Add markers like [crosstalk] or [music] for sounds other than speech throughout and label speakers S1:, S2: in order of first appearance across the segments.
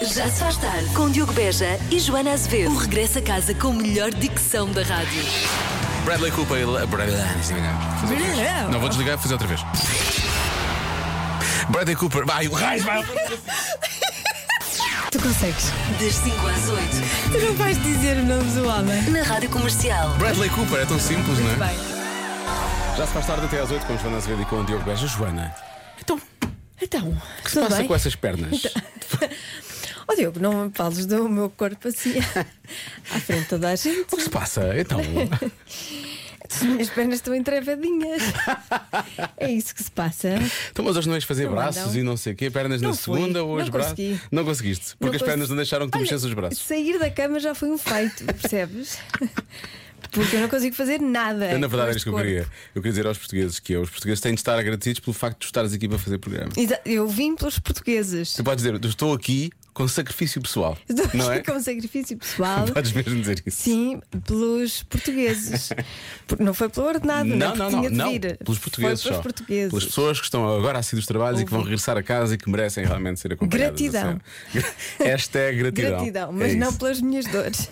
S1: Já se faz tarde com Diogo Beja e Joana Azevedo. O regresso a casa com a melhor dicção da rádio.
S2: Bradley Cooper e Le- Bradley- ah, Fazer outra
S3: é.
S2: vez. Não vou desligar, vou fazer outra vez. Bradley Cooper, vai, o raio, vai.
S3: Tu consegues.
S1: Das 5 às 8,
S3: Tu não vais dizer o nome do homem.
S1: na Rádio Comercial.
S2: Bradley Cooper, é tão simples, não é?
S3: Bem.
S2: Já se faz tarde até às 8 com Joana Azevedo e com o Diogo Beja. Joana,
S3: Então, então.
S2: o que se
S3: tudo
S2: passa
S3: bem? Então.
S2: com essas pernas?
S3: Oh Diogo, não me fales do meu corpo assim [laughs] à frente de toda a gente.
S2: O que se passa?
S3: [laughs]
S2: Então,
S3: As minhas pernas estão entrevadinhas. É isso que se passa.
S2: então mas hoje não ias fazer
S3: Não
S2: braços
S3: andam.
S2: e não sei o quê, pernas na
S3: Não fui,
S2: segunda ou
S3: não
S2: os braços?
S3: consegui.
S2: Não conseguiste, porque
S3: Não
S2: as pernas
S3: cons-
S2: não deixaram que tu
S3: Olha,
S2: mexesses os braços.
S3: Sair da cama já foi um feito, percebes? Porque eu não consigo fazer nada.
S2: Na verdade
S3: com
S2: era isto
S3: este
S2: que eu
S3: é corpo.
S2: queria. Eu queria dizer aos portugueses que é, os portugueses têm de estar agradecidos pelo facto de tu estares aqui para fazer programa.
S3: Exa- Eu vim pelos portugueses.
S2: Tu podes dizer, eu estou aqui com sacrifício pessoal.
S3: Estou
S2: não
S3: aqui
S2: é?
S3: com um sacrifício pessoal.
S2: [laughs] Podes mesmo dizer isso.
S3: Sim, pelos portugueses.
S2: [laughs]
S3: Por- Não foi pelo ordenado, né?
S2: Não,
S3: Porque
S2: não,
S3: tinha
S2: não,
S3: de
S2: não.
S3: vir.
S2: Pelos portugueses
S3: Foi pelos
S2: só.
S3: portugueses.
S2: Pelas pessoas que estão agora a sair dos trabalhos e que vão
S3: Ouvi.
S2: regressar a casa e que merecem realmente ser acompanhadas.
S3: Gratidão.
S2: [laughs] Esta é gratidão.
S3: Gratidão, mas
S2: É
S3: não
S2: isso.
S3: pelas minhas dores.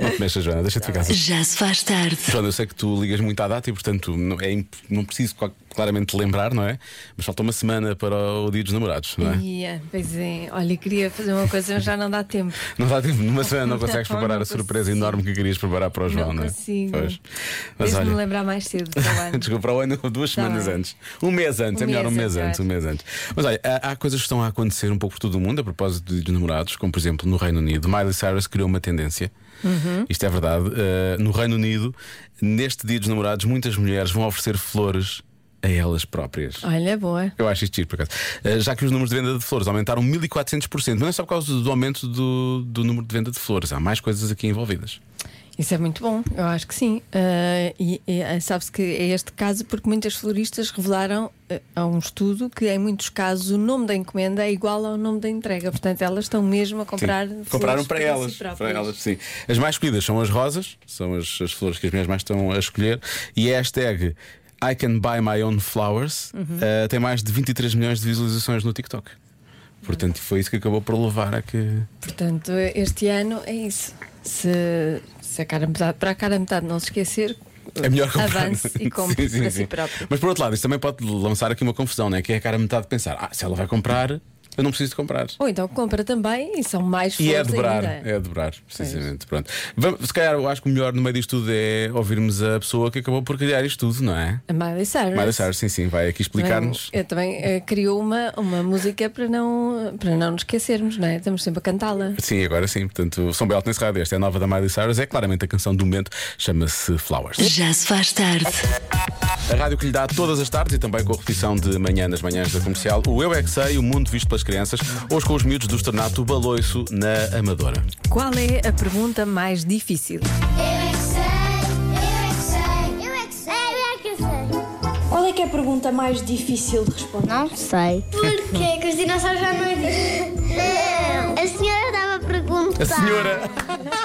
S2: Não te mexas, Joana,
S3: [laughs]
S2: deixa-te ficar assim.
S1: Já se faz tarde.
S2: Joana, eu sei que tu ligas muito à data e, portanto, não, é imp- não preciso cla- claramente te lembrar, não é? Mas falta uma semana para o Dia dos Namorados, não é?
S4: Ia, pois é, olha, queria fazer uma coisa, mas já não dá tempo.
S2: Não dá tempo, numa semana
S3: [laughs]
S2: não consegues
S4: Não,
S2: preparar
S4: não
S2: a surpresa
S4: consigo.
S2: enorme que querias preparar para o João, não, é?
S4: consigo.
S2: Pois. Mas
S4: Deixa-me
S2: olha.
S4: lembrar mais
S2: [laughs]
S4: cedo. Tá bem.
S2: Desculpa, para o ano, [laughs] duas
S4: Tá
S2: semanas
S4: bem.
S2: antes. Um mês antes,
S4: Um
S2: é melhor um
S4: mês,
S2: mês
S4: é
S2: antes, um mês antes. Mas olha, há, há coisas que estão a acontecer um pouco por todo o mundo a propósito de namorados, como por exemplo no Reino Unido. Miley Cyrus criou uma tendência.
S4: Uhum.
S2: Isto é verdade. Uh, no Reino Unido, neste dia dos namorados, muitas mulheres vão oferecer flores a elas próprias.
S4: Olha, boa.
S2: Eu acho isto giro, por acaso. Eh, já que os números de venda de flores aumentaram 1400%, mas não é só por causa do aumento do, do número de venda de flores, há mais coisas aqui envolvidas.
S4: Isso é muito bom, eu acho que sim. Ah, e e, ah, sabe-se que é este caso porque muitas floristas revelaram ah, a um estudo que, em muitos casos, o nome da encomenda é igual ao nome da entrega. Portanto, elas estão mesmo a comprar.
S2: Sim.
S4: flores
S2: Compraram para
S4: si
S2: elas.
S4: próprias.
S2: Para elas sim. As mais escolhidas são as rosas, são as, as flores que as minhas mais estão a escolher, e é a hashtag. I can buy my own flowers
S4: Uhum.
S2: eh, tem mais de 23 milhões de visualizações no TikTok. Portanto, foi isso que acabou por levar a que.
S4: Portanto, este ano é isso. Se, se a cara metade, para a cara metade não se esquecer,
S2: É melhor comprar.
S4: avance e
S2: [laughs]
S4: compre
S2: Sim, sim,
S4: para
S2: sim.
S4: si próprio.
S2: Mas por outro lado, isso também pode lançar aqui uma confusão, né? que é a cara metade de pensar: ah, se ela vai comprar, eu não preciso de comprar.
S4: Ou então compra também e são mais
S2: E
S4: flores
S2: é a dobrar,
S4: ainda.
S2: é a dobrar, precisamente. Pronto. Vamos, se calhar, eu acho que o melhor no meio disto tudo é ouvirmos a pessoa que acabou por criar isto tudo, não é?
S4: A Miley Cyrus.
S2: Miley Cyrus, sim, sim, vai aqui explicar-nos.
S4: Eu também eh, criou uma, uma música para não, para não nos esquecermos, não é? Estamos sempre a cantá-la.
S2: Sim, agora sim, portanto, São Belo nesse rádio. Esta é a nova da Miley Cyrus, é claramente a canção do momento, chama-se Flowers.
S1: Já se faz tarde.
S2: A rádio que lhe dá todas as tardes e também com a repetição de manhã nas manhãs da comercial, o Eu É Que Sei, o mundo visto pelas crianças, hoje com os miúdos do Externato Baloiço na Amadora.
S4: Qual é a pergunta mais difícil?
S5: Eu é que sei, eu é que sei, eu é que sei, eu é que sei.
S6: Qual é que é a pergunta mais difícil de responder?
S5: Não sei. Porquê que os dinossauros já não existem? Não. A senhora estava a perguntar.
S2: A senhora!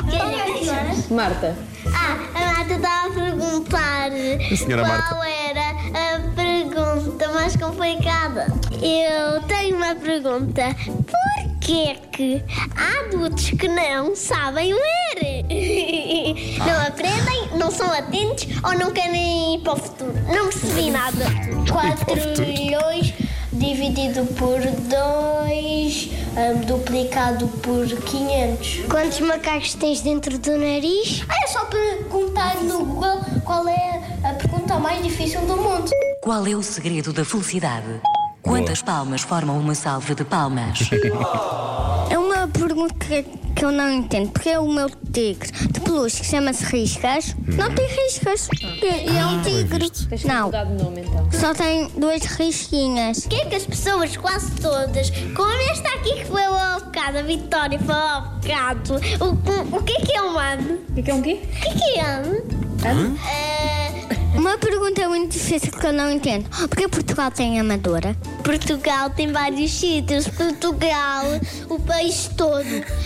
S5: Quem é a senhora?
S4: Marta,
S5: Ah, a Marta estava a perguntar.
S2: senhora
S5: qual
S2: Marta.
S5: era a pergunta mais complicada? Eu tenho uma pergunta. Porquê que há adultos que não sabem ler? [laughs] Não aprendem, não são atentos ou não querem ir para o futuro? Não percebi nada. 4 milhões dividido por 2, duplicado por 500. Quantos macacos tens dentro do nariz? Ah, é só perguntar no Google qual é a pergunta mais difícil do mundo.
S1: Qual é o segredo da felicidade? Quantas palmas formam uma salva de palmas?
S5: É uma pergunta que, que eu não entendo, porque é o meu tigre de peluche que chama-se Riscas. Não tem riscas. E e é um tigre. Não. então. Só tem duas risquinhas. O que é que as pessoas, quase todas, como esta aqui que foi ao bocado, a Vitória foi ao bocado, o, o, o que é que é um ano? O que é um quê? O que é que é ano? Ano?
S7: Uma pergunta muito difícil que eu não entendo. Porquê Portugal tem amadora?
S5: Portugal tem vários sítios. Portugal, o país todo.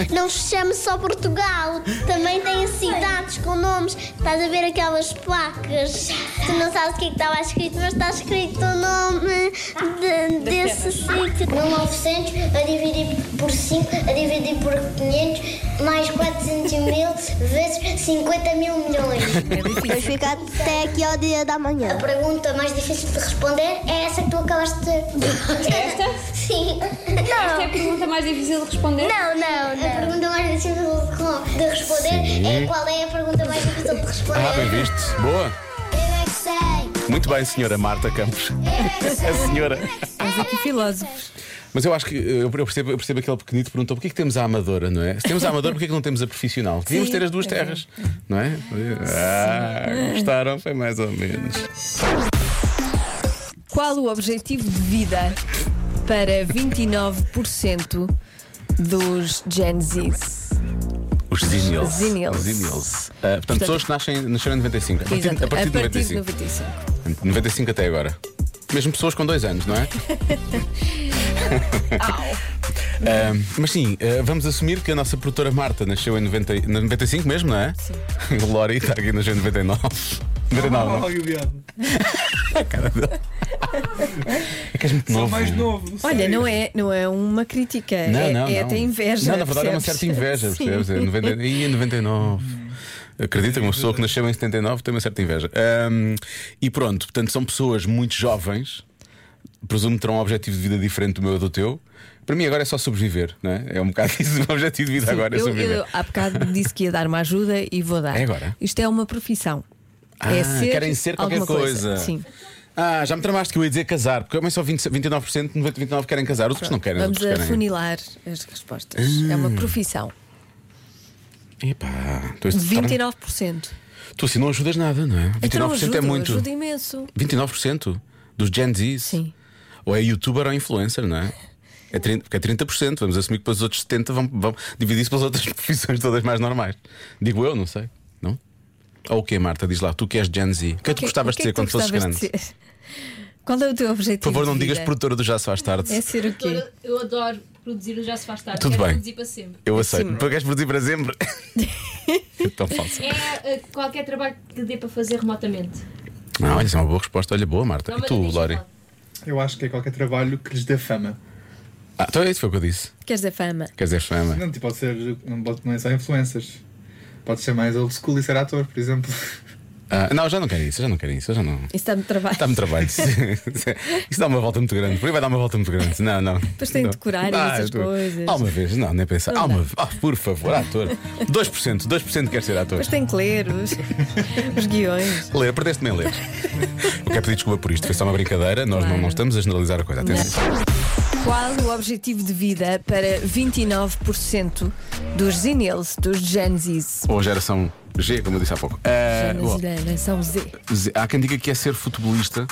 S5: Não se chama só Portugal. Também tem cidades com nomes. Estás a ver aquelas placas. Tu não sabes o que é que estava escrito, mas está escrito o nome de- desse sítio.
S7: 900 a dividir por 5, a dividir por 500, mais 400 mil vezes 50 mil milhões.
S2: É
S5: Vai ficar até aqui ao dia da manhã.
S7: A pergunta mais difícil de responder é essa que tu acabaste [laughs] de.
S6: Esta?
S7: Sim.
S6: Esta é a pergunta mais difícil de responder.
S7: Não, não, não. A pergunta mais difícil de responder
S2: Sim.
S7: é qual é a pergunta mais difícil de responder.
S2: Ah, bem visto. Boa.
S7: Eu é que sei. é
S2: Muito bem, senhora Marta Campos. [laughs] A senhora.
S4: Mas aqui filósofos.
S2: Mas eu acho que eh, eu percebo, eu percebo aquele pequenito que perguntou porquê que temos a amadora, não é? Se temos a amadora, porquê que não temos a profissional? Devíamos ter as duas terras, não é? Ah, gostaram? Foi mais ou menos.
S4: Qual o objetivo de vida para 29% dos Gen Zs?
S2: Os Zinils.
S4: Zinils.
S2: Zinils. Ah, portanto, pessoas que nascem, nasceram em 95. A partir,
S4: Exato,
S2: a partir de 95.
S4: 95.
S2: 95 até agora. Mesmo pessoas com dois anos, não [laughs] é? Ah, mas sim, ah, vamos assumir que a nossa produtora Marta nasceu em 90, e- na 95 mesmo, não é? Sim. [laughs] Lori está aqui nasceu em 99. 99, não?
S8: Olha o viado.
S2: É que és muito
S8: Sou
S2: novo.
S8: mais novo. não
S4: Olha,
S8: sei.
S4: não é, não é uma crítica,
S2: Não,
S4: é,
S2: não,
S4: é
S2: não.
S4: até inveja.
S2: Não, na verdade é uma
S4: percebes?
S2: certa inveja,
S4: Sim.
S2: percebes? É 90,
S4: [laughs]
S2: e em 99. Acredita que uma pessoa que nasceu em 79 tem uma certa inveja. Ahm, e pronto, portanto, são pessoas muito jovens, presumo que terão um objetivo de vida diferente do meu ou do teu. Para mim, agora é só sobreviver, não é? É um bocado [laughs] isso. O objetivo de vida agora é
S4: eu,
S2: sobreviver.
S4: eu há bocado disse que ia dar uma ajuda e vou dar.
S2: É agora?
S4: Isto é uma profissão.
S2: Ah,
S4: é ser
S2: querem ser qualquer
S4: alguma coisa.
S2: coisa.
S4: Sim.
S2: Ah, já me tramaste que eu ia dizer casar, porque homem só 20, 29%, 90, 29% querem casar, outros não querem. Ah.
S4: Vamos
S2: outros querem.
S4: afunilar as respostas. É uma profissão.
S2: Epá, tu, este-
S4: 29%.
S2: tu assim não ajudas nada, não é? 29%
S4: Então ajuda,
S2: é muito.
S4: ajuda imenso.
S2: 29% dos Gen Zs.
S4: Sim.
S2: Ou é youtuber ou influencer, não é? É 30, porque é 30%, vamos assumir que depois os outros 70 vão, vão dividir-se pelas outras [laughs] profissões todas mais normais. Digo eu, não sei, não? Ou o que, Marta? Diz lá, tu que és Gen Z. O que é que tu gostavas
S4: O que
S2: de ser
S4: é que tu
S2: quando fosses grande?
S4: gostavas de ser? [laughs] Qual é o teu objetivo?
S2: Por favor, não
S4: de
S2: digas
S4: vida?
S2: produtora do Já Se Faz Tarde.
S4: É ser o quê?
S9: Doutora, eu adoro produzir o Já Se Faz Tarde.
S2: Tudo
S9: Quero
S2: bem.
S9: produzir para sempre.
S2: Eu aceito. Porque queres produzir para
S4: [laughs]
S2: sempre? Tão falso.
S9: É eh, qualquer trabalho que dê para fazer remotamente.
S2: Não, olha, isso é uma boa resposta. Olha, boa, Marta.
S9: Não,
S2: e
S9: mas
S2: tu,
S9: deixa
S2: Lori?
S9: falar.
S8: Eu acho que é qualquer trabalho que lhes dê fama.
S2: Ah, então é isso foi o que eu disse.
S4: Queres a fama?
S2: Quer dizer, fama.
S8: Não, tipo, pode ser. Não, pode, não é só influencers. Pode ser mais old school e ser ator, por [laughs] exemplo.
S2: Ah, não, já não quero isso, já não quero isso, já não.
S4: Isso dá-me trabalho.
S2: Dá-me trabalho. [laughs] Isso dá uma volta muito grande. Por aí vai dar uma volta muito grande. Não, não. Depois
S4: tem de decorar essas coisas.
S2: Há uma vez, não, nem pensar. Há uma ah, por favor, ator. 2%, 2% quer ser ator.
S4: Mas tem que
S2: [laughs]
S4: ler os, os guiões.
S2: Ler, perdeste-me em
S4: [laughs]
S2: ler. Eu quero pedir desculpa por isto, foi só uma brincadeira. Nós não, não estamos a generalizar a coisa. Atenção.
S4: Qual o objetivo de vida para 29% dos Zinils, dos Gen Zs?
S2: Ou a geração G, como eu disse há pouco. Ah, bom,
S4: Genazilana, são Z.
S2: Z- há quem diga que é ser futebolista.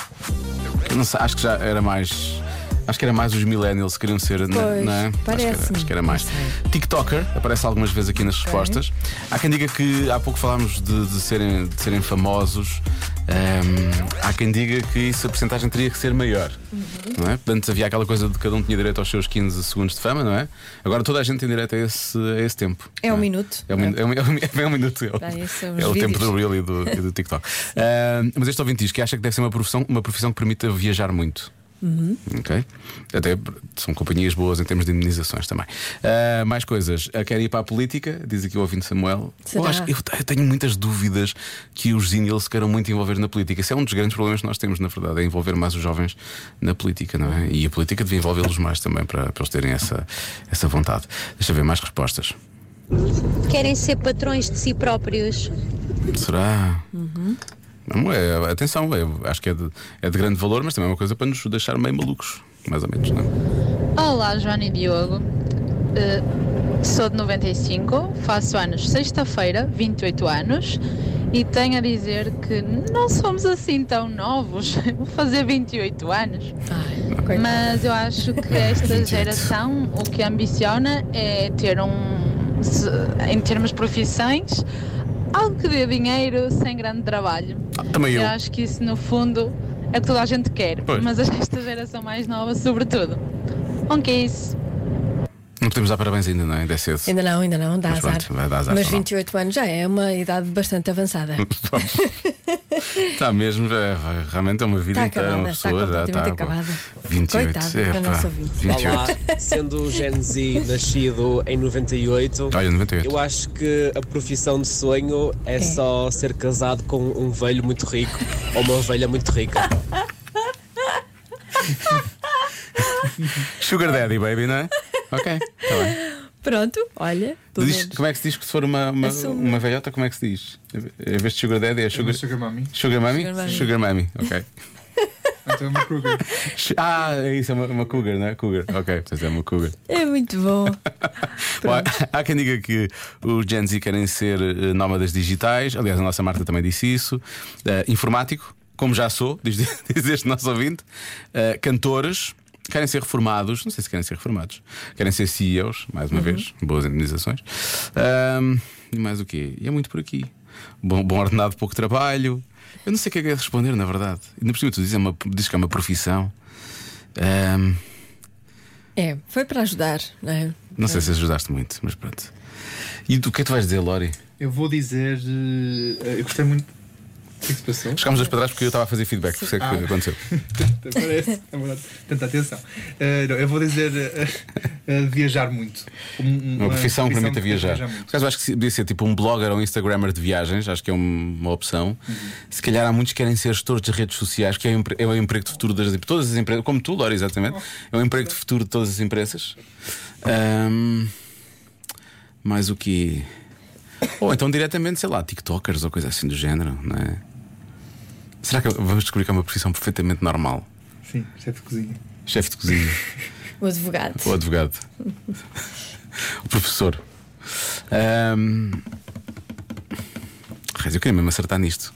S2: Eu não sei, acho que já era mais. Acho que era mais os millennials que queriam ser, né?
S4: Pois,
S2: não é? Acho que era- Acho que,
S4: parece-me.
S2: era, mais. TikToker, aparece algumas vezes aqui nas respostas. Há quem diga que há pouco falámos de, de serem, de serem famosos. Ahm, há quem diga que isso a porcentagem teria que ser maior.
S4: Uhum.
S2: Não é? Antes havia aquela coisa de que cada um tinha direito aos seus 15 segundos de fama, não é? Agora toda a gente tem direito a esse, a esse tempo.
S4: É um
S2: não
S4: minuto.
S2: É um, min- é um, [laughs] é um- é um minuto. É o-
S4: Bem, esses são os
S2: é o tempo
S4: vídeos.
S2: do Reel e do, e do
S4: [laughs]
S2: TikTok. Ah, mas este ouvinte diz que acha que deve ser uma profissão, uma profissão que permita viajar muito.
S4: Uhum.
S2: Ok? Até são companhias boas em termos de indemnizações também. Ah, mais coisas. Ah, Quer ir para a política? Diz aqui o ouvinte Samuel.
S4: Será?
S2: Eu, acho que- eu te- eu tenho muitas dúvidas que os zinil se queiram muito envolver na política. Esse é um dos grandes problemas que nós temos, na verdade, é envolver mais os jovens na política, não é? E a política devia envolvê-los mais também para, para eles terem essa, essa vontade. Deixa eu ver mais respostas.
S10: Querem ser patrões de si próprios.
S2: Será? Uhum. Não, é, atenção, é- acho que é de, é de grande valor, mas também é uma coisa para nos deixar meio malucos, mais ou menos, não é?
S10: Olá, Joana e Diogo. Eh, sou de 95, faço anos sexta-feira, 28 anos, e tenho a dizer que não somos assim tão novos, [laughs] vou fazer 28 anos. Mas eu acho que esta geração o que ambiciona é ter um, se- em termos de profissões, algo que dê dinheiro sem grande trabalho.
S2: também eu.
S10: acho que isso, no fundo, é o que toda a gente quer,
S2: Pois.
S10: mas esta geração mais nova, sobretudo. Um que é isso?
S2: Não podemos dar parabéns ainda, não é? Ainda é cedo.
S4: Ainda não, ainda não, dá
S2: Mas
S4: azar.
S2: pronto, vai dar azar,
S4: Mas
S2: tá bom.
S4: 28 anos já é uma idade
S2: [laughs]
S4: bastante avançada.
S2: Está mesmo, é, vai, realmente é uma vida
S4: Está
S2: inteira, uma
S4: acabada, está
S2: pessoa já tá
S4: completamente
S2: pá,
S4: acabada.
S2: 28,
S4: Coitado,
S2: é,
S4: eu não
S2: pá,
S4: sou vinte.
S2: 28.
S11: Olá, sendo o Gen Z nascido em 98,
S2: Olha, 98.
S11: eu acho que a profissão de sonho é, só ser casado com um velho muito rico ou uma velha muito rica.
S2: Sugar Daddy, baby, não é? Ok, [laughs] está bem.
S4: Pronto, olha. tudo
S2: Diz- como é que se diz que se for uma, uma,
S4: Assume.
S2: uma velhota, como é que se diz? Em vez de Sugar Daddy é Sugar, sugar Mami. Sugar
S8: Sugar
S2: Mami?
S8: mummy.
S2: Sugar Mami, ok.
S8: Então é uma cougar.
S2: Ah, é isso, é uma, uma cougar, não é? Cougar, ok, portanto é uma cougar.
S4: É muito bom.
S2: Bom, há- há quem diga que os Gen Z querem ser eh, nómadas digitais, aliás, a nossa Marta também disse isso. Eh, informático, como já sou, [laughs] diz, diz este nosso ouvinte. Eh, cantores, querem ser reformados, não sei se querem ser reformados, querem ser CEOs, mais uma
S12: Uhum.
S2: vez, boas indenizações. Ahm, e mais o quê? E é muito por aqui. Bom, bom ordenado, pouco trabalho. Eu não sei o que é que é de responder, na verdade. Ainda por cima, tu dizes, é uma- dizes que é uma profissão. Ahm,
S4: [laughs] É, foi para ajudar, não é?
S2: não sei se ajudaste muito, mas pronto. E do que é que tu vais dizer, Lori?
S8: Eu vou dizer. eh, eu gostei muito. O que é que se passou?
S2: Chegámos dois para trás porque eu estava a fazer feedback, por isso é que
S8: Ah.
S2: aconteceu.
S8: Parece, é verdade. Tanta atenção. Eh, não, eu vou dizer eh, eh, viajar muito. Um- um-
S2: Uma profissão que permita
S8: que
S2: viajar.
S8: muito.
S2: Por acaso, acho que se- podia ser tipo um blogger ou um Instagrammer de viagens, acho que é um- uma opção.
S8: Uhum.
S2: Se calhar há muitos que querem ser gestores de redes sociais, que é o, empre- é o emprego de futuro das todas as empresas, como tu, Lori, exatamente. É o emprego de futuro de todas as empresas. Ahm, mais o que. Ou então diretamente, sei lá, TikTokers ou coisa assim do género, não é? Será que vamos descobrir que é uma profissão perfeitamente normal?
S8: Sim, chefe de cozinha.
S2: Chefe de cozinha.
S4: O advogado.
S2: O advogado. o professor. Ahm, Raiz, eu queria mesmo acertar nisto.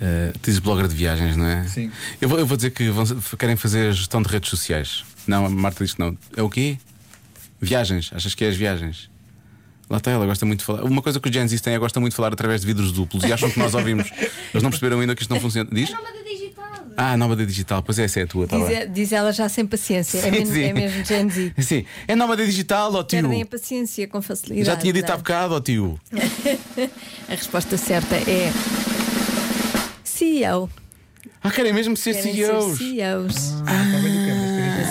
S2: Ah, tu dizes blogger de viagens, não é? Sim. Eu vou, eu vou dizer que vão- querem fazer gestão de redes sociais. Não, a Marta diz que não. É o quê? Viagens. Achas que é as viagens? Lá está ela, gosta muito de falar. Uma coisa que os Gen Z têm é gostam muito de falar através de vidros duplos e acham que nós ouvimos. Eles não perceberam ainda que isto não funciona. Diz? Ah, a nómada digital. Pois é, essa é a tua, está
S4: Diz,
S2: bem.
S4: diz ela já sem paciência.
S2: Sim,
S4: é, mesmo,
S2: sim.
S4: é mesmo Gen Z.
S2: [laughs] Sim, é nómada digital, ó tio.
S4: Perdem a paciência com facilidade.
S2: Já tinha dito
S4: não
S2: há
S4: é?
S2: bocado, ó tio.
S4: A resposta certa é CEO.
S2: Ah, querem mesmo ser
S4: Querem
S2: CEOs.
S4: Ser CEOs.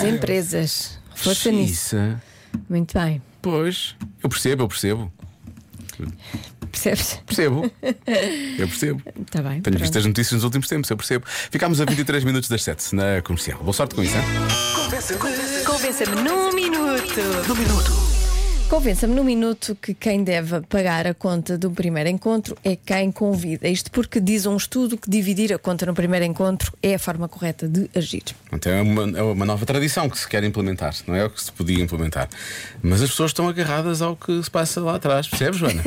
S4: é, as empresas. Força nisso.
S2: Xiça.
S4: Muito bem.
S2: é. Pois. Eu percebo, eu percebo.
S4: Percebes? [laughs]
S2: Percebo. Eu percebo.
S4: Está Tá bem.
S2: Tenho
S4: pronto.
S2: visto as notícias nos últimos tempos, eu percebo. Ficámos a 23 minutos das 7 na comercial. Boa sorte com isso, hein?
S4: Convença-me num minuto. Num minuto. Convença-me num minuto que quem deve pagar a conta do primeiro encontro é quem convida. Isto porque diz um estudo que dividir a conta no primeiro encontro é a forma correta de agir.
S2: Então é uma, é uma nova tradição que se quer implementar, não é o que se podia implementar. Mas as pessoas estão agarradas ao que se passa lá atrás, percebes,
S4: [laughs]
S2: Joana?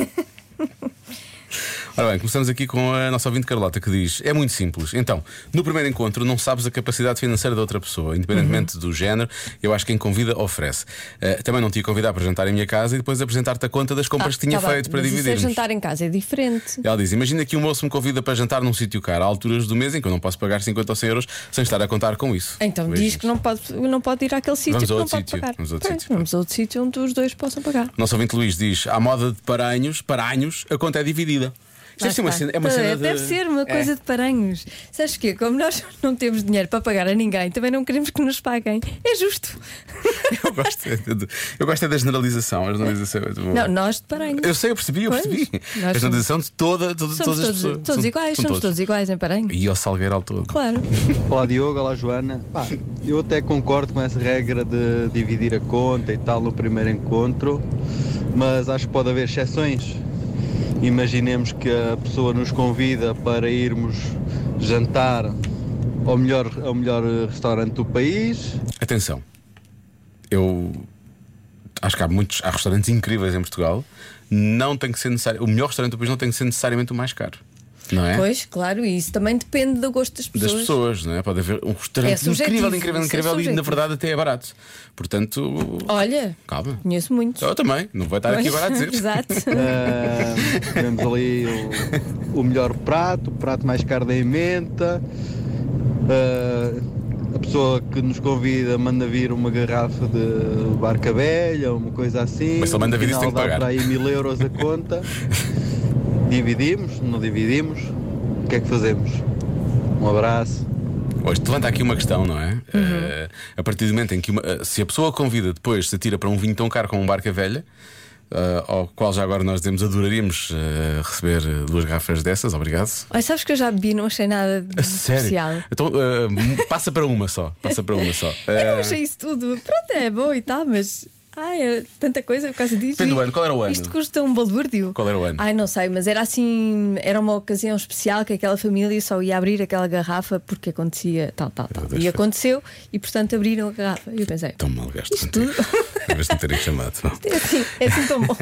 S2: Ora bem, começamos aqui com a nossa ouvinte Carlota que diz: é muito simples. Então, no primeiro encontro, não sabes a capacidade financeira da outra pessoa, independentemente
S4: Uhum.
S2: do género, eu acho que quem convida oferece. Eh, também não te ia convidar para jantar em minha casa e depois apresentar-te a conta das compras que tinha
S4: Tá bem,
S2: feito para
S4: mas isso é
S2: dividirmos.
S4: jantar em casa é diferente.
S2: Ela diz: Imagina que um moço me convida para jantar num sítio caro, a alturas do mês em que eu não posso pagar 50 ou 100 euros sem estar a contar com isso.
S4: Então
S2: Veja.
S4: diz que não pode, não pode ir àquele sítio
S2: é. Vamos
S4: que
S2: a
S4: não
S2: outro
S4: pode
S2: sítio,
S4: pagar.
S2: vamos a outro
S4: Pois, vamos a outro sítio onde os dois possam pagar.
S2: Nosso ouvinte Luís diz: à moda de paranhos, paranhos, a conta é dividida. Isto deve ser uma
S4: Lá está.
S2: cena, é uma
S4: Tá,
S2: cena de-
S4: Deve ser uma
S2: É.
S4: coisa de paranhos. Sabes que Como nós [laughs] não temos dinheiro para pagar a ninguém, também não queremos que nos paguem. É
S2: [laughs]
S4: justo.
S2: Eu gosto, é de- eu gosto é da generalização. A generalização é de-
S4: Não, nós de paranhos.
S2: Eu sei, eu percebi, eu
S4: Pois,
S2: percebi. A
S4: nós somos-
S2: generalização de toda, toda-
S4: Somos
S2: todas as
S4: todos,
S2: pessoas.
S4: todos iguais, somos todos. iguais em paranhos.
S2: E ao Salgueiro ao todo.
S4: Claro.
S13: Olá Diogo, olá Joana. Pá, eu até concordo com essa regra de dividir a conta e tal no primeiro encontro, mas acho que pode haver exceções. Imaginemos que a pessoa nos convida para irmos jantar ao melhor, ao melhor restaurante do país.
S2: Atenção, eu acho que há muitos há restaurantes incríveis em Portugal. Não tem que ser necessário. O melhor restaurante do país não tem que ser necessariamente o mais caro. Não é?
S4: Pois, claro, e isso também depende do gosto das
S2: das
S4: pessoas.
S2: pessoas, não é? Pode haver um
S4: É
S2: restaurante
S4: subjetivo,
S2: incrível, incrível,
S4: isso é
S2: incrível e na
S4: subjetivo.
S2: verdade até é barato. Portanto,
S4: Olha,
S2: calma.
S4: conheço muitos.
S2: Eu também, não vou estar aqui
S4: Pois,
S2: agora a dizer.
S4: [laughs] Exato.
S13: Ah, tivemos ali o, o melhor prato, o prato mais caro da emenda. Ah, a pessoa que nos convida manda vir uma garrafa de barca velha, uma coisa assim.
S2: Mas só manda vir
S13: No
S2: isso
S13: final
S2: tem que
S13: dá
S2: pagar.
S13: para aí mil euros
S2: [laughs]
S13: a conta. dividimos, não dividimos. O que é que fazemos? Um abraço.
S2: Hoje te levanta aqui uma questão, não
S4: Uhum.
S2: é? Eh, a partir do momento em que uma- eh, se a pessoa convida depois se atira para um vinho tão caro como um barca velha, eh, ao qual já agora nós dizemos adoraríamos eh, receber eh, duas garrafas dessas, obrigado.
S4: Olha, sabes que eu já bebi, não achei nada de
S2: A sério?
S4: especial.
S2: Então eh, m- passa para uma só. Passa para uma
S4: [laughs]
S2: só.
S4: Eu
S2: Eh,
S4: não achei isso tudo. Pronto, é bom e tal, mas. Ai, é tanta coisa por causa disso.
S2: Depende do
S4: E
S2: ano. Qual era o ano?
S4: Isto custa um balúrdio.
S2: Qual era o ano?
S4: Ai, não sei, mas era assim. Era uma ocasião especial que aquela família só ia abrir aquela garrafa porque acontecia tal, tal, tal. E aconteceu e, portanto, abriram a garrafa. E eu pensei.
S2: Tão mal gasto.
S4: Isto tudo
S2: Talvez não terem chamado. não.
S4: é assim, é assim tão
S2: [laughs]
S4: bom.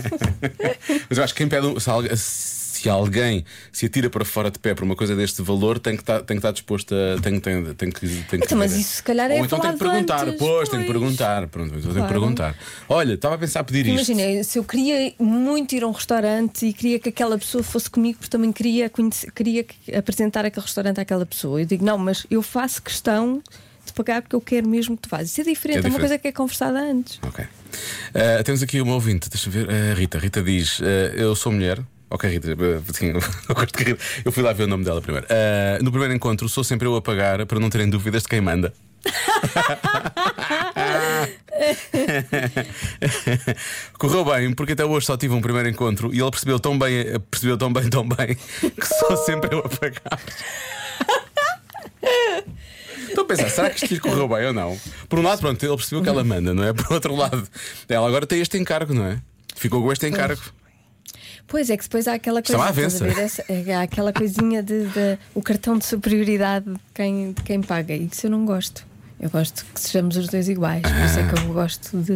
S2: Mas eu acho que quem pede um- se, algu- se alguém se atira para fora de pé por uma coisa deste valor, tem que estar, tem que estar disposto a. Tem, tem, tem que, tem que
S4: Então, mas
S2: saber.
S4: isso se calhar é
S2: Ou então tem que
S4: falado
S2: perguntar,
S4: antes,
S2: pois, tem que perguntar. Pronto, então tem que
S4: Claro.
S2: perguntar. Olha, estava a pensar pedir isto.
S4: Imagina, se eu queria muito ir a um restaurante e queria que aquela pessoa fosse comigo, porque também queria, conhecer- queria que- apresentar aquele restaurante àquela pessoa. Eu digo, não, mas eu faço questão de pagar porque eu quero mesmo que tu fazes. Isso é diferente,
S2: É
S4: é, uma
S2: diferente.
S4: coisa que é conversada antes.
S2: Ok. Eh, temos aqui uma ouvinte, deixa eu ver. eh, Rita. Rita diz: eh, Eu sou mulher. Ok, Rita, eh, sim, [laughs] eu gosto de rir. Eu fui lá ver o nome dela primeiro. Eh, no primeiro encontro, sou sempre eu a pagar para não terem dúvidas de quem manda. [laughs] Correu bem, porque até hoje só tive um primeiro encontro e ele percebeu tão bem, eh, percebeu tão bem, tão bem, que sou sempre eu a pagar. Estou a pensar, será que isto lhe correu bem ou não? Por um lado, pronto, ele percebeu que ela manda, não é? Por outro lado, ela agora tem este encargo, não é? Ficou com este encargo.
S4: Pois é que depois há aquela
S2: Isto é uma
S4: coisa. estás a
S2: avença.
S4: ver? Essa- é, há aquela coisinha de, de- o cartão de superioridade de quem, de quem paga. E isso eu não gosto. Eu gosto que sejamos os dois iguais. Por isso é que eu gosto de.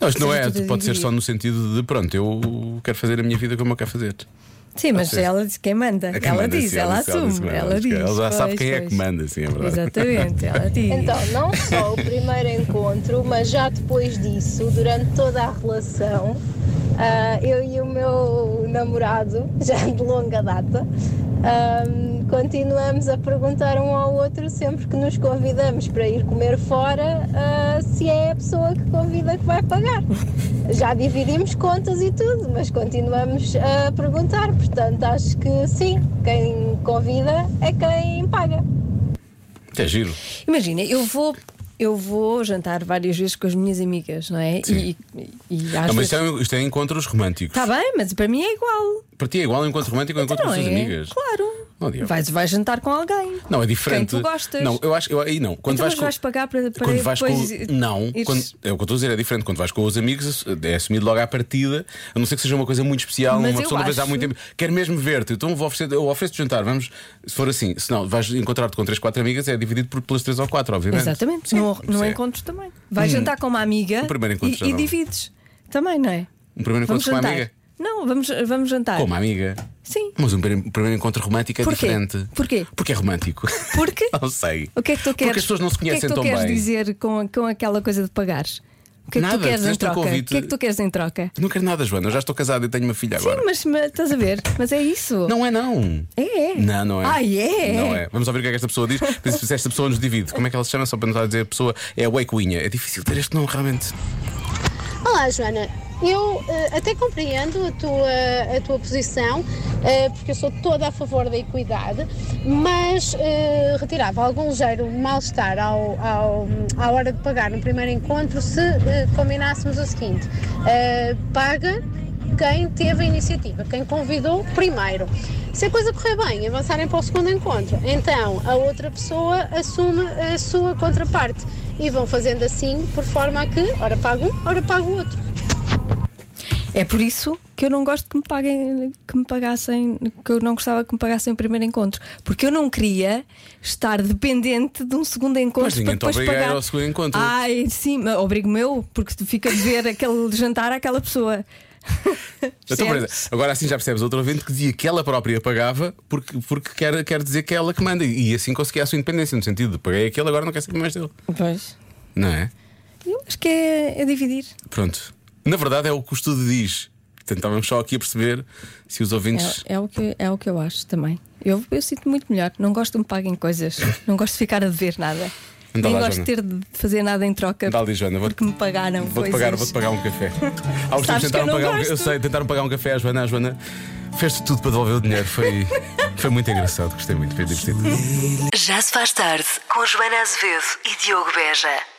S2: Não, isto não é,
S4: Seja tudo
S2: pode ser
S4: dividido.
S2: só no sentido de pronto, eu quero fazer a minha vida como eu quero fazer.
S4: Sim, mas
S2: Ou seja,
S4: ela diz quem manda.
S2: É que
S4: ela
S2: manda,
S4: diz,
S2: sim,
S4: ela,
S2: disse, disse
S4: assume,
S2: que
S4: ela diz.
S2: Ela já sabe
S4: Pois,
S2: quem é
S4: pois.
S2: que manda, sim, é verdade. [laughs]
S4: Exatamente, ela diz.
S12: Então, não só o primeiro encontro, mas já depois disso, durante toda a relação, ah, eu e o meu namorado, já de longa data, ah, continuamos a perguntar um ao outro sempre que nos convidamos para ir comer fora ah, se é a pessoa que convida que vai pagar. Já dividimos contas e tudo, mas continuamos a perguntar, portanto, acho que sim, quem convida é quem paga.
S2: Isto é giro.
S4: Imagina, eu vou. Eu vou jantar várias vezes com as minhas amigas, não é? E, e, e às
S2: Não, mas
S4: vezes.
S2: isto é, isto é encontros românticos.
S4: Está bem, mas para mim é igual.
S2: Para ti é igual um encontro romântico ou um encontro
S4: não
S2: com as tuas
S4: é?
S2: amigas.
S4: Claro.
S2: Oh, Diogo.
S4: Vais, vais jantar com alguém.
S2: Não, é diferente.
S4: Quem tu gostas.
S2: Não, eu acho. Eu, aí não. Quando
S4: então,
S2: vais
S4: mas
S2: com-
S4: vais pagar para, para
S2: Quando vais
S4: depois.
S2: com. Não,
S4: ires-
S2: quando, é o que eu estou a dizer é diferente. Quando vais com os amigos, é assumido logo à partida, a não ser que seja uma coisa muito especial,
S4: Mas
S2: uma
S4: eu
S2: pessoa não vez há
S4: acho-
S2: muito tempo. Quero mesmo ver-te, então vou oferecer, eu ofereço-te jantar. Vamos, se for assim, se não, vais encontrar-te com três, quatro amigas, é dividido por, pelas três ou quatro, obviamente.
S4: Exatamente,
S2: Sim,
S4: no,
S2: isso
S4: no
S2: é.
S4: encontros também. Vais
S2: Hum.
S4: jantar com uma amiga
S2: No primeiro encontro já
S4: e, e
S2: não.
S4: divides. Também, não é?
S2: Um primeiro encontro
S4: Vamos
S2: com uma
S4: jantar.
S2: amiga.
S4: Não, vamos, vamos jantar.
S2: Com uma amiga.
S4: Sim.
S2: Mas um primeiro, primeiro encontro romântico é
S4: Porquê?
S2: diferente.
S4: Porquê?
S2: Porque é romântico.
S4: Porquê?
S2: [laughs] não sei.
S4: O que é que tu queres?
S2: Porque as pessoas não se conhecem
S4: O que é que
S2: tão
S4: tu queres
S2: bem.
S4: dizer com, com aquela coisa de pagares? O que é que
S2: Nada,
S4: tu queres em
S2: fizeste um
S4: troca?
S2: convite.
S4: O que é que tu queres em troca?
S2: Não quero nada, Joana. Eu já estou casado e tenho uma filha agora.
S4: Sim, mas, mas estás a ver? Mas é isso.
S2: Não é, não.
S4: É, é.
S2: Não, não é.
S4: Ah, é?
S2: Não é. Vamos ouvir o que é que esta pessoa diz. Por isso, Se esta pessoa nos divide, como é que ela se chama? Só para não estar a dizer a pessoa é Wakeunha. É difícil ter este nome realmente.
S12: Olá, Joana. Eu eh, até compreendo a tua, a tua posição, eh, porque eu sou toda a favor da equidade, mas eh, retirava algum ligeiro mal-estar ao, ao- à hora de pagar no primeiro encontro se eh, combinássemos o seguinte: eh, paga quem teve a iniciativa, quem convidou primeiro. Se a coisa correr bem, avançarem para o segundo encontro, então a outra pessoa assume a sua contraparte e vão fazendo assim, por forma a que ora paga um, ora paga o outro.
S4: É por isso que eu não gosto que me paguem, que me pagassem, que eu não gostava que me pagassem o primeiro encontro. Porque eu não queria estar dependente de um segundo encontro
S2: Mas ninguém te
S4: para depois
S2: obriga a ir
S4: pagar.
S2: ao segundo encontro. [laughs]
S4: Ai, sim, mas obrigo-me eu, porque tu fica a dever aquele jantar àquela pessoa.
S2: Então, por exemplo, agora assim já percebes outro ouvinte que dizia que ela própria pagava porque, porque quer, quer dizer que é ela que manda e assim conseguia a sua independência, no sentido de paguei aquele, agora não quer saber mais dele.
S4: Pois.
S2: Não é?
S4: Eu acho que é, é dividir.
S2: Pronto. Na verdade é o que o estudo diz. Tentávamos só aqui a perceber se os ouvintes.
S4: É, é o que, é o que eu acho também. Eu, eu sinto muito melhor. Não gosto de me paguem coisas. Não gosto de ficar a dever nada.
S2: Anda
S4: Nem
S2: lá,
S4: gosto de ter de fazer nada em troca
S2: Dá ali, Joana, vou-
S4: porque me pagaram
S2: Vou-te
S4: coisas.
S2: pagar, vou pagar um
S4: [laughs]
S2: café. Há uns tempos
S4: Sabes que eu
S2: tentaram
S4: não
S2: pagar um,
S4: gosto.
S2: eu sei, tentaram pagar um café à Joana. A Joana fez tudo para devolver o dinheiro.
S4: [laughs]
S2: Foi, foi muito engraçado, gostei muito, foi divertido.
S1: Já se faz tarde com Joana Azevedo e Diogo Beja.